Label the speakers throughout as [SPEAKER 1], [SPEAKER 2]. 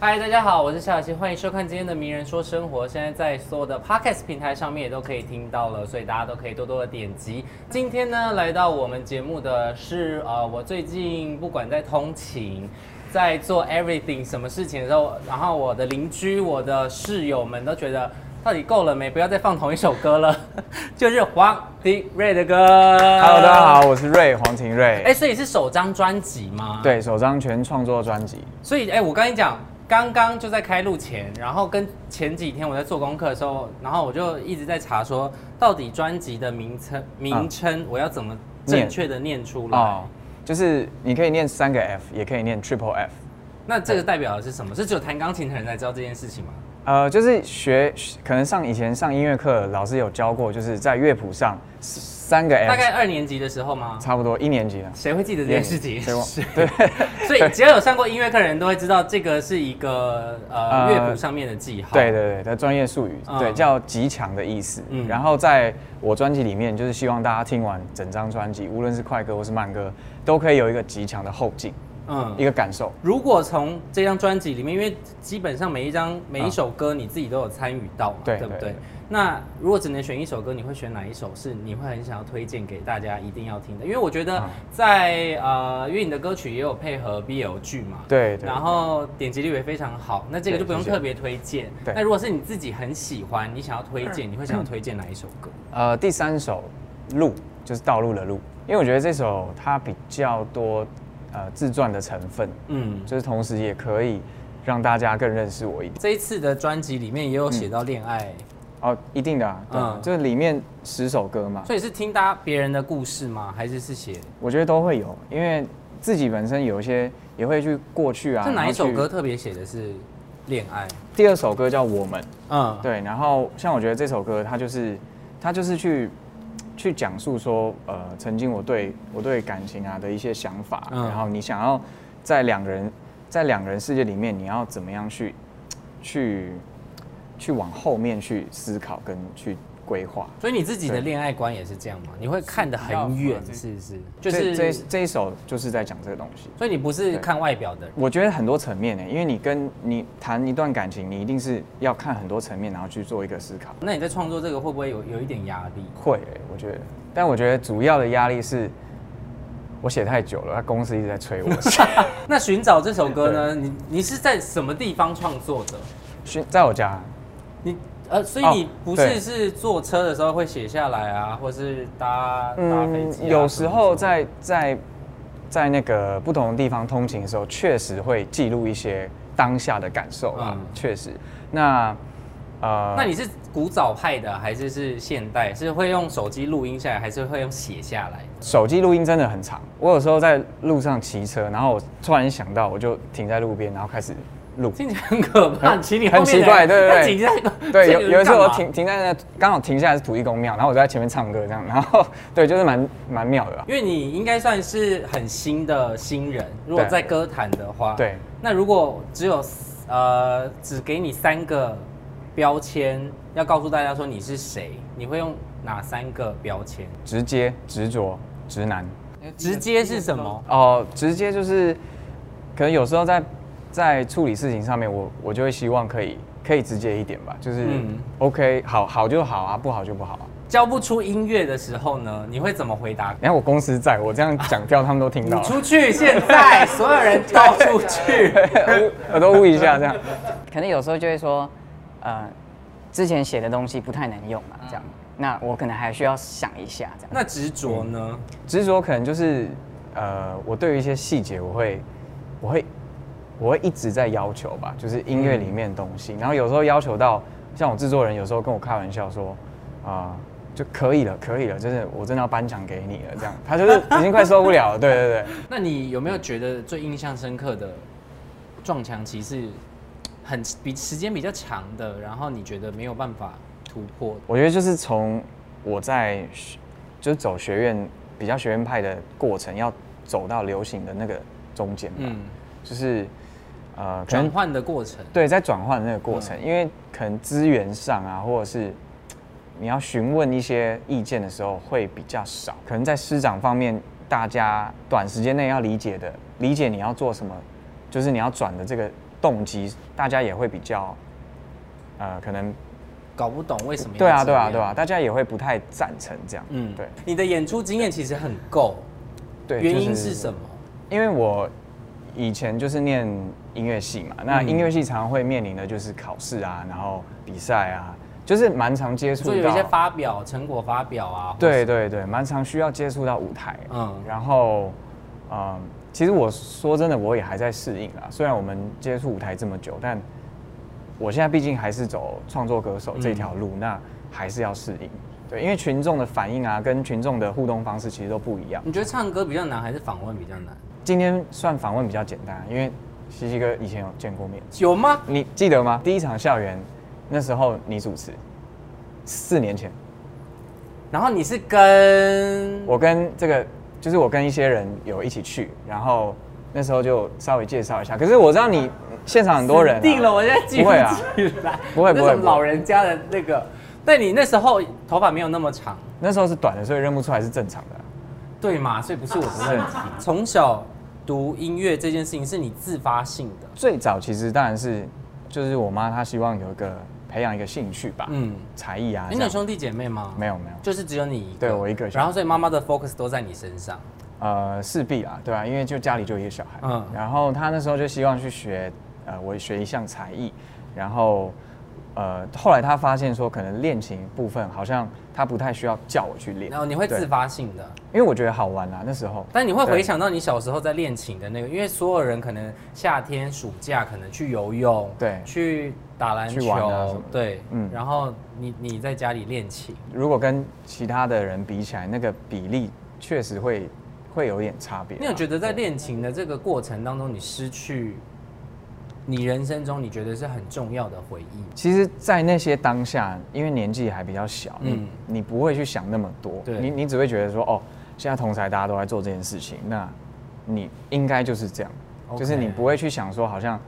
[SPEAKER 1] 嗨，大家好，我是夏小琪，欢迎收看今天的《名人说生活》。现在在所有的 podcast 平台上面也都可以听到了，所以大家都可以多多的点击。今天呢，来到我们节目的是呃，我最近不管在通勤。在做 everything 什么事情的时候，然后我的邻居、我的室友们都觉得到底够了没？不要再放同一首歌了， 就是黄迪瑞的歌。
[SPEAKER 2] Hello，大家。好，我是瑞黄庭瑞。
[SPEAKER 1] 哎、所以是首张专辑吗？。
[SPEAKER 2] 对，首张全创作专辑，
[SPEAKER 1] 所以，哎、我跟你讲，刚刚就在开录前，然后跟前几天我在做功课的时候，然后我就一直在查说，到底专辑的名称
[SPEAKER 2] 啊
[SPEAKER 1] 名称我要怎么正确的念出来？
[SPEAKER 2] 哦，就是你可以念三个 F，也可以念 triple F。哦
[SPEAKER 1] 那这个代表的是什么？是只有弹钢琴的人才知道这件事情吗？
[SPEAKER 2] 呃，就是学可能上以前上音乐课，老师有教过，就是在乐谱上三个
[SPEAKER 1] 大
[SPEAKER 2] F，
[SPEAKER 1] 概二年级的时候吗？
[SPEAKER 2] 差不多一年级了。
[SPEAKER 1] 谁会记得这件事情？
[SPEAKER 2] 谁忘
[SPEAKER 1] 是
[SPEAKER 2] 对，
[SPEAKER 1] 所以只要有上过音乐课的人都会知道，这个是一个呃
[SPEAKER 2] 呃
[SPEAKER 1] 乐谱上面的记号。
[SPEAKER 2] 对对对，它专业术语，
[SPEAKER 1] 嗯
[SPEAKER 2] 对，叫极强的意思。
[SPEAKER 1] 嗯
[SPEAKER 2] 然后在我专辑里面，就是希望大家听完整张专辑，无论是快歌或是慢歌，都可以有一个极强的后劲，
[SPEAKER 1] 嗯
[SPEAKER 2] 一个感受。
[SPEAKER 1] 如果从这张专辑里面，因为基本上每一张每一首歌你自己都有参与到嘛，
[SPEAKER 2] 嗯对
[SPEAKER 1] 不
[SPEAKER 2] 对
[SPEAKER 1] 对
[SPEAKER 2] 对？
[SPEAKER 1] 那如果只能选一首歌，你会选哪一首是你会很想要推荐给大家一定要听的？因为我觉
[SPEAKER 2] 嗯
[SPEAKER 1] 得在、呃，因为你的歌曲也有配合 BL 剧嘛，
[SPEAKER 2] 对对
[SPEAKER 1] 然后点击率也非常好，那这个就不用
[SPEAKER 2] 对谢谢
[SPEAKER 1] 特别推荐。
[SPEAKER 2] 对
[SPEAKER 1] 那如果是你自己很喜欢，你想要推荐，你会想要推荐哪一首歌？
[SPEAKER 2] 呃，第三首《路》就是道路的路，因为我觉得这首它比较多呃自传的成分，
[SPEAKER 1] 嗯。
[SPEAKER 2] 就是同时也可以让大家更认识我一点。
[SPEAKER 1] 这一次的专辑里面也有
[SPEAKER 2] 嗯
[SPEAKER 1] 写到恋爱，
[SPEAKER 2] 哦，一定的、啊，对啊，
[SPEAKER 1] 嗯
[SPEAKER 2] 就是里面十首歌嘛，
[SPEAKER 1] 所以是听大家别人的故事吗？还是是写？
[SPEAKER 2] 我觉得都会有，因为自己本身有一些也会去过去啊。
[SPEAKER 1] 这哪一首
[SPEAKER 2] 然后去
[SPEAKER 1] 歌？特别写的是恋爱？
[SPEAKER 2] 第二首歌叫《我们》，
[SPEAKER 1] 嗯，
[SPEAKER 2] 对，然后像我觉得这首歌，它就是它就是去去讲述说，呃，曾经我对我对感情啊的一些想法，
[SPEAKER 1] 嗯
[SPEAKER 2] 然后你想要在两人在两人世界里面，你要怎么样去去去往后面去思考跟去规划。
[SPEAKER 1] 所以你自己的恋爱观也是这样吗？你会看得很远，是不是？就
[SPEAKER 2] 这
[SPEAKER 1] 是
[SPEAKER 2] 这，这一首就是在讲这个东西。
[SPEAKER 1] 所以你不是看外表的人。
[SPEAKER 2] 我觉得很多层面呢，欸因为你跟你谈一段感情，你一定是要看很多层面，然后去做一个思考。
[SPEAKER 1] 那你在创作这个会不会有有一点压力？
[SPEAKER 2] 会欸、我觉得，但我觉得主要的压力是我写太久了，他公司一直在催我。
[SPEAKER 1] 那寻找这首歌呢？你你是在什么地方创作的？
[SPEAKER 2] 是在我家，
[SPEAKER 1] 你呃，所以
[SPEAKER 2] 哦
[SPEAKER 1] 你不
[SPEAKER 2] 对
[SPEAKER 1] 是是坐车的时候会写下来啊，或是搭搭飞
[SPEAKER 2] 嗯
[SPEAKER 1] 机啊、，
[SPEAKER 2] 有时候在在在那个不同的地方通勤的时候，确实会记录一些当下的感受啊
[SPEAKER 1] 嗯，
[SPEAKER 2] 确、实。那呃，
[SPEAKER 1] 那你是古早派的还是是现代？是会用手机录音下来，还是会用写下来？
[SPEAKER 2] 手机录音真的很长。我有时候在路上骑车，然后我突然想到，我就停在路边，然后开始录。
[SPEAKER 1] 听起来很可怕，
[SPEAKER 2] 很
[SPEAKER 1] 请你后面的人
[SPEAKER 2] 很奇怪对对对
[SPEAKER 1] 他紧张地 说
[SPEAKER 2] 对，
[SPEAKER 1] 这
[SPEAKER 2] 有
[SPEAKER 1] 个人
[SPEAKER 2] 有一次
[SPEAKER 1] 干
[SPEAKER 2] 我
[SPEAKER 1] 嘛
[SPEAKER 2] 停停在那，刚好停下来是土地公庙，然后我就在前面唱歌这样，然后对，就是蛮蛮妙的啊、
[SPEAKER 1] 因为你应该算是很新的新人，如果
[SPEAKER 2] 对
[SPEAKER 1] 在歌坛的话，
[SPEAKER 2] 对，
[SPEAKER 1] 那如果只有呃只给你三个标签，要告诉大家说你是谁，你会用哪三个标签？
[SPEAKER 2] 直接、执着、直男。
[SPEAKER 1] 直接是什么？
[SPEAKER 2] 哦、直接就是，可能有时候在在处理事情上面，我我就会希望可以可以直接一点吧，就是、
[SPEAKER 1] 嗯
[SPEAKER 2] OK，好好就好啊，不好就不好啊。
[SPEAKER 1] 交不出音乐的时候呢，你会怎么回 答？
[SPEAKER 2] 然后我公司在我这样讲掉，他们都听
[SPEAKER 1] 你
[SPEAKER 2] 到了。
[SPEAKER 1] 出去！现在所有人都出 去。
[SPEAKER 2] 耳朵捂一下，这样。
[SPEAKER 3] 可能有时候就会说，呃，之前写的东西不太能用嘛，这样。那我可能还需要想一下，这样。
[SPEAKER 1] 那执着呢？
[SPEAKER 2] 执着可能就是，呃，我对于一些细节，我会，我会，我会一直在要求吧，就是音乐里面的东西。然后有时候要求到，像我制作人有时候跟我开玩笑说，啊、就可以了，可以了，就是我真的要颁奖给你了，这样。他就是已经快受不了了，对对对。
[SPEAKER 1] 那你有没有觉得最印象深刻的撞墙期是很比时间比较长的，然后你觉得没有办法突破？
[SPEAKER 2] 我觉得就是从我在学就是走学院比较学院派的过程，要走到流行的那个中间吧，
[SPEAKER 1] 嗯，
[SPEAKER 2] 就是呃，可
[SPEAKER 1] 转
[SPEAKER 2] 能
[SPEAKER 1] 换的过程。
[SPEAKER 2] 对，在转换的那个
[SPEAKER 1] 嗯
[SPEAKER 2] 过程，因为可能资源上啊，或者是你要询问一些意见的时候会比较少，可能在师长方面，大家短时间内要理解的，理解你要做什么，就是你要转的这个动机，大家也会比较，呃，可能
[SPEAKER 1] 搞不懂为什么要
[SPEAKER 2] 对啊，
[SPEAKER 1] 这
[SPEAKER 2] 对啊，
[SPEAKER 1] 样
[SPEAKER 2] 对啊，，大家也会不太赞成这样。
[SPEAKER 1] 嗯，
[SPEAKER 2] 对
[SPEAKER 1] 你的演出经验其实很够，
[SPEAKER 2] 对，
[SPEAKER 1] 原因
[SPEAKER 2] 就是
[SPEAKER 1] 什么？
[SPEAKER 2] 因为我以前就是念音乐系嘛，
[SPEAKER 1] 嗯
[SPEAKER 2] 那音乐系常常会面临的就是考试啊，然后比赛啊，就是蛮常接触
[SPEAKER 1] 就有一些
[SPEAKER 2] 到。
[SPEAKER 1] 发表成果发表啊，或
[SPEAKER 2] 对
[SPEAKER 1] 是，
[SPEAKER 2] 对对，蛮常需要接触到舞台。
[SPEAKER 1] 嗯
[SPEAKER 2] 嗯，然后，嗯，其实我说真的，我也还在适应啊。虽然我们接触舞台这么久，但我现在毕竟还是走创作歌手这条路，
[SPEAKER 1] 嗯
[SPEAKER 2] 那还是要适应。对，因为群众的反应啊，跟群众的互动方式其实都不一样。
[SPEAKER 1] 你觉得唱歌比较难还是访问比较难？
[SPEAKER 2] 今天算访问比较简单，因为西西哥以前有见过面，
[SPEAKER 1] 有吗？
[SPEAKER 2] 你记得吗？第一场校园那时候你主持，四年前，
[SPEAKER 1] 然后你是跟
[SPEAKER 2] 我跟这个就是我跟一些人有一起去，然后那时候就稍微介绍一下。可是我知道你现场很多人、啊，
[SPEAKER 1] 定了，我现在记
[SPEAKER 2] 不会啊
[SPEAKER 1] 不起来，
[SPEAKER 2] 不会
[SPEAKER 1] 那
[SPEAKER 2] 不会
[SPEAKER 1] 种老人家的那个，但你那时候头发没有那么长，
[SPEAKER 2] 那时候是短的，所以认不出来是正常的啊、
[SPEAKER 1] 对嘛？所以不是我的问题。从小读音乐这件事情是你自发性的，
[SPEAKER 2] 最早其实当然是就是我妈她希望有一个培养一个兴趣吧，
[SPEAKER 1] 嗯。
[SPEAKER 2] 才艺啊
[SPEAKER 1] 哎
[SPEAKER 2] 这
[SPEAKER 1] 你有
[SPEAKER 2] 样。
[SPEAKER 1] 兄弟姐妹吗？
[SPEAKER 2] 没有没有，
[SPEAKER 1] 就是只有你一个。
[SPEAKER 2] 对我一个
[SPEAKER 1] 然后所以妈妈的 focus 都在你身上。
[SPEAKER 2] 呃，势必啦，对啊，因为就家里就有一个小孩，
[SPEAKER 1] 嗯
[SPEAKER 2] 然后他那时候就希望去学，呃，我学一项才艺，然后，呃，后来他发现说，可能练琴部分好像他不太需要叫我去练，
[SPEAKER 1] 然后你会
[SPEAKER 2] 对
[SPEAKER 1] 自发性的，
[SPEAKER 2] 因为我觉得好玩啊，那时候，
[SPEAKER 1] 但你会
[SPEAKER 2] 对
[SPEAKER 1] 回想到你小时候在练琴的那个，因为所有人可能夏天暑假可能去游泳，
[SPEAKER 2] 对
[SPEAKER 1] 去打篮
[SPEAKER 2] 去
[SPEAKER 1] 球，
[SPEAKER 2] 玩啊什么的
[SPEAKER 1] 对，嗯
[SPEAKER 2] 嗯，
[SPEAKER 1] 然后你你在家里练琴，
[SPEAKER 2] 如果跟其他的人比起来，那个比例确实会会有点差别啊、
[SPEAKER 1] 你有觉得在
[SPEAKER 2] 对
[SPEAKER 1] 练琴的这个过程当中，你失去你人生中你觉得是很重要的回忆？
[SPEAKER 2] 其实，在那些当下，因为年纪还比较小，
[SPEAKER 1] 嗯
[SPEAKER 2] 嗯，你不会去想那么多，
[SPEAKER 1] 对
[SPEAKER 2] 你你只会觉得说，哦，现在同才大家都在做这件事情，那你应该就是这样
[SPEAKER 1] OK
[SPEAKER 2] 就是你不会去想说，好像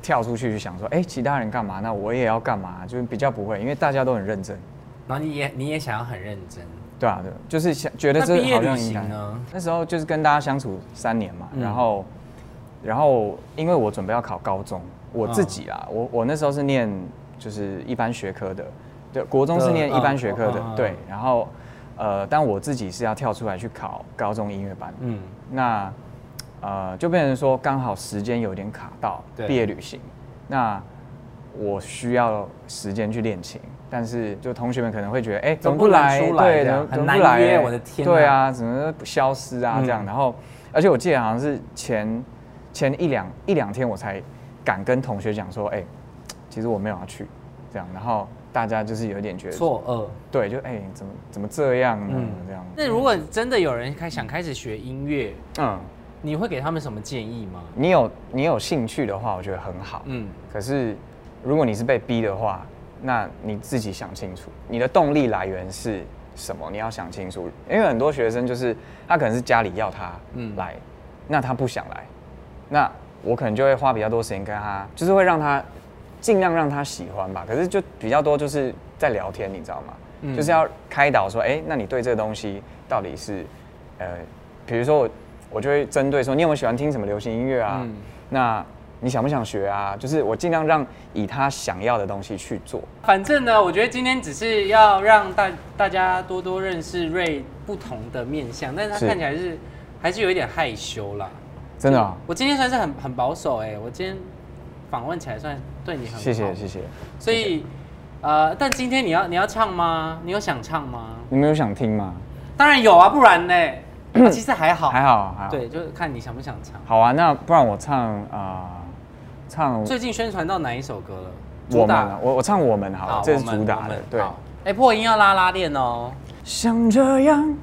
[SPEAKER 2] 跳出去去想说，哎、其他人干嘛，那我也要干嘛，就是比较不会，因为大家都很认真，
[SPEAKER 1] 然后你也你也想要很认真，
[SPEAKER 2] 对啊，对，就是想觉得
[SPEAKER 1] 那
[SPEAKER 2] 这
[SPEAKER 1] 毕业
[SPEAKER 2] 好
[SPEAKER 1] 旅
[SPEAKER 2] 像应该
[SPEAKER 1] 行。呢？
[SPEAKER 2] 那时候就是跟大家相处三年嘛，
[SPEAKER 1] 嗯
[SPEAKER 2] 然后，然后因为我准备要考高中，我
[SPEAKER 1] 嗯
[SPEAKER 2] 自己啦，我我那时候是念就是一般学科的，对，国中是念一般学科的，
[SPEAKER 1] 嗯嗯嗯
[SPEAKER 2] 对，然后，呃，但我自己是要跳出来去考高中音乐班，
[SPEAKER 1] 嗯，
[SPEAKER 2] 那，呃，就变成说刚好时间有点卡到
[SPEAKER 1] 对
[SPEAKER 2] 毕业旅行，那我需要时间去练琴，但是就同学们可能会觉得，哎、怎么不来？
[SPEAKER 1] 怎么不能出来这
[SPEAKER 2] 对，怎
[SPEAKER 1] 样
[SPEAKER 2] 么
[SPEAKER 1] 很
[SPEAKER 2] 怎么
[SPEAKER 1] 难
[SPEAKER 2] 不来、
[SPEAKER 1] 约
[SPEAKER 2] 哎
[SPEAKER 1] 我的天
[SPEAKER 2] 对
[SPEAKER 1] 哪
[SPEAKER 2] 啊，怎么不消失啊？这样，
[SPEAKER 1] 嗯
[SPEAKER 2] 然后，而且我记得好像是前前一两一两天我才敢跟同学讲说，哎、其实我没有要去，这样，然后大家就是有点觉得，
[SPEAKER 1] 错愕。
[SPEAKER 2] 对，就哎、怎么怎么这样呢？
[SPEAKER 1] 嗯
[SPEAKER 2] 这样，
[SPEAKER 1] 那如果真的有人开想开始学音乐，
[SPEAKER 2] 嗯，
[SPEAKER 1] 你会给他们什么建议吗？
[SPEAKER 2] 你有你有兴趣的话，我觉得很好，
[SPEAKER 1] 嗯，
[SPEAKER 2] 可是如果你是被逼的话，那你自己想清楚，你的动力来源是什么？你要想清楚，因为很多学生就是他可能是家里要他
[SPEAKER 1] 嗯
[SPEAKER 2] 来，那他不想来，那我可能就会花比较多时间跟他，就是会让他尽量让他喜欢吧。可是就比较多就是在聊天，你知道吗？
[SPEAKER 1] 嗯
[SPEAKER 2] 就是要开导说，哎、那你对这个东西到底是，呃，比如说我，我就会针对说，你有没有喜欢听什么流行音乐啊？
[SPEAKER 1] 嗯
[SPEAKER 2] 那你想不想学啊？就是我尽量让以他想要的东西去做。
[SPEAKER 1] 反正呢，我觉得今天只是要让大大家多多认识瑞不同的面相，但是他
[SPEAKER 2] 是
[SPEAKER 1] 看起来是还是有一点害羞啦。
[SPEAKER 2] 真的啊、
[SPEAKER 1] 我今天算是很很保守哎、我今天访问起来算对你很好，
[SPEAKER 2] 谢谢谢谢。
[SPEAKER 1] 所以呃，但今天你要你要唱吗？你有想唱吗？
[SPEAKER 2] 你们有想听吗？
[SPEAKER 1] 当然有啊，不然 呢？啊其实还好，
[SPEAKER 2] 还好啊还好。，
[SPEAKER 1] 对，就是看你想不想唱。
[SPEAKER 2] 好啊，那不然我唱啊、呃唱
[SPEAKER 1] 最近宣传到哪一首歌了？
[SPEAKER 2] 我
[SPEAKER 1] 主
[SPEAKER 2] 们
[SPEAKER 1] 打
[SPEAKER 2] 啊，我我唱我们好了，这是
[SPEAKER 1] 我们
[SPEAKER 2] 主
[SPEAKER 1] 我
[SPEAKER 2] 打的
[SPEAKER 1] 们，
[SPEAKER 2] 对。
[SPEAKER 1] 好哎、破音要拉拉链哦。
[SPEAKER 2] 像这样，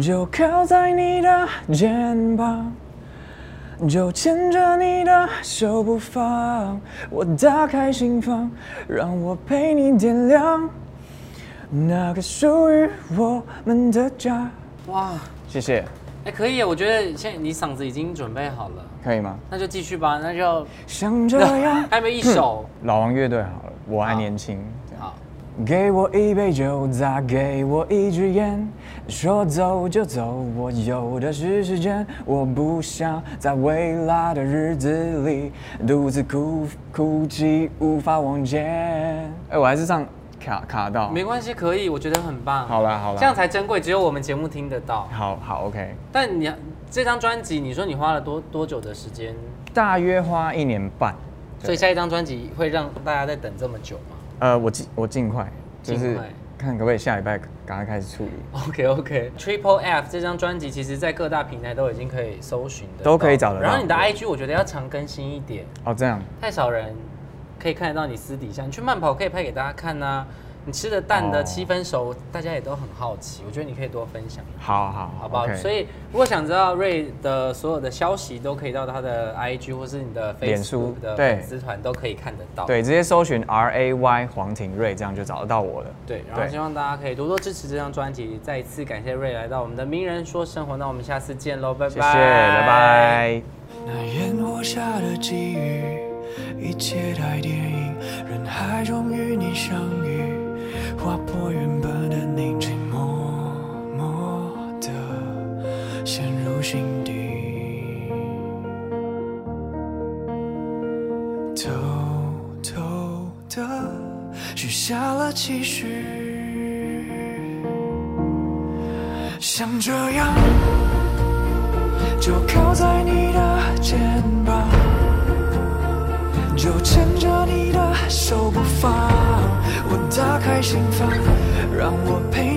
[SPEAKER 2] 就靠在你的肩膀，就牵着你的手不放。我打开心房，让我陪你点亮那个属于我们的家。
[SPEAKER 1] 哇，
[SPEAKER 2] 谢谢，
[SPEAKER 1] 哎、可以耶，我觉得现在你嗓子已经准备好了，
[SPEAKER 2] 可以吗？
[SPEAKER 1] 那就继续吧，那就，
[SPEAKER 2] 像这样
[SPEAKER 1] 还没一首。
[SPEAKER 2] 嗯老王乐队好了，我还年轻。这样
[SPEAKER 1] 好，
[SPEAKER 2] 给我一杯酒，再给我一支烟，说走就走，我有的是时间。我不想在未来的日子里独自哭哭泣，无法往前。哎，我还是上卡卡到，
[SPEAKER 1] 没关系，可以，我觉得很棒。
[SPEAKER 2] 好啦好啦
[SPEAKER 1] 这样才珍贵，只有我们节目听得到。
[SPEAKER 2] 好好 OK，
[SPEAKER 1] 但你这张专辑，你说你花了多多久的时间？
[SPEAKER 2] 大约花一年半，对
[SPEAKER 1] 所以下一张专辑会让大家再等这么久吗
[SPEAKER 2] 呃，我尽我尽快，就
[SPEAKER 1] 尽
[SPEAKER 2] 是
[SPEAKER 1] 快
[SPEAKER 2] 看可不可以下礼拜赶快开始处理，
[SPEAKER 1] ？OK OK。Triple F 这张专辑其实在各大平台都已经可以搜寻的，
[SPEAKER 2] 都可以找得到
[SPEAKER 1] 然后你的 IG 我觉得要常更新一点，
[SPEAKER 2] 哦这样。
[SPEAKER 1] 太少人可以看得到你私底下。你去慢跑可以拍给大家看呐、啊你吃的蛋的
[SPEAKER 2] 哦
[SPEAKER 1] 七分熟，大家也都很好奇。我觉得你可以多分享。
[SPEAKER 2] 好好
[SPEAKER 1] 好不好
[SPEAKER 2] OK
[SPEAKER 1] 所以如果想知道瑞的所有的消息，都可以到他的 IG 或是你的
[SPEAKER 2] 脸书
[SPEAKER 1] Facebook 的
[SPEAKER 2] 对
[SPEAKER 1] 粉丝团都可以看得到。
[SPEAKER 2] 对，直接搜寻 R A Y 黄庭瑞，这样就找得到我了。
[SPEAKER 1] 对，然后
[SPEAKER 2] 对
[SPEAKER 1] 希望大家可以多多支持这张专辑。再一次感谢瑞来到我们的《名人说生活》，那我们下次见喽，拜拜，
[SPEAKER 2] 谢谢，拜拜。
[SPEAKER 4] 那烟火下的际遇，一切太电影，人海中与你相遇，划破原本的宁静，默默的陷入心底。偷偷的许下了期许，像这样。就靠在你的肩膀，就牵着你的手不放。我打开心房，让我陪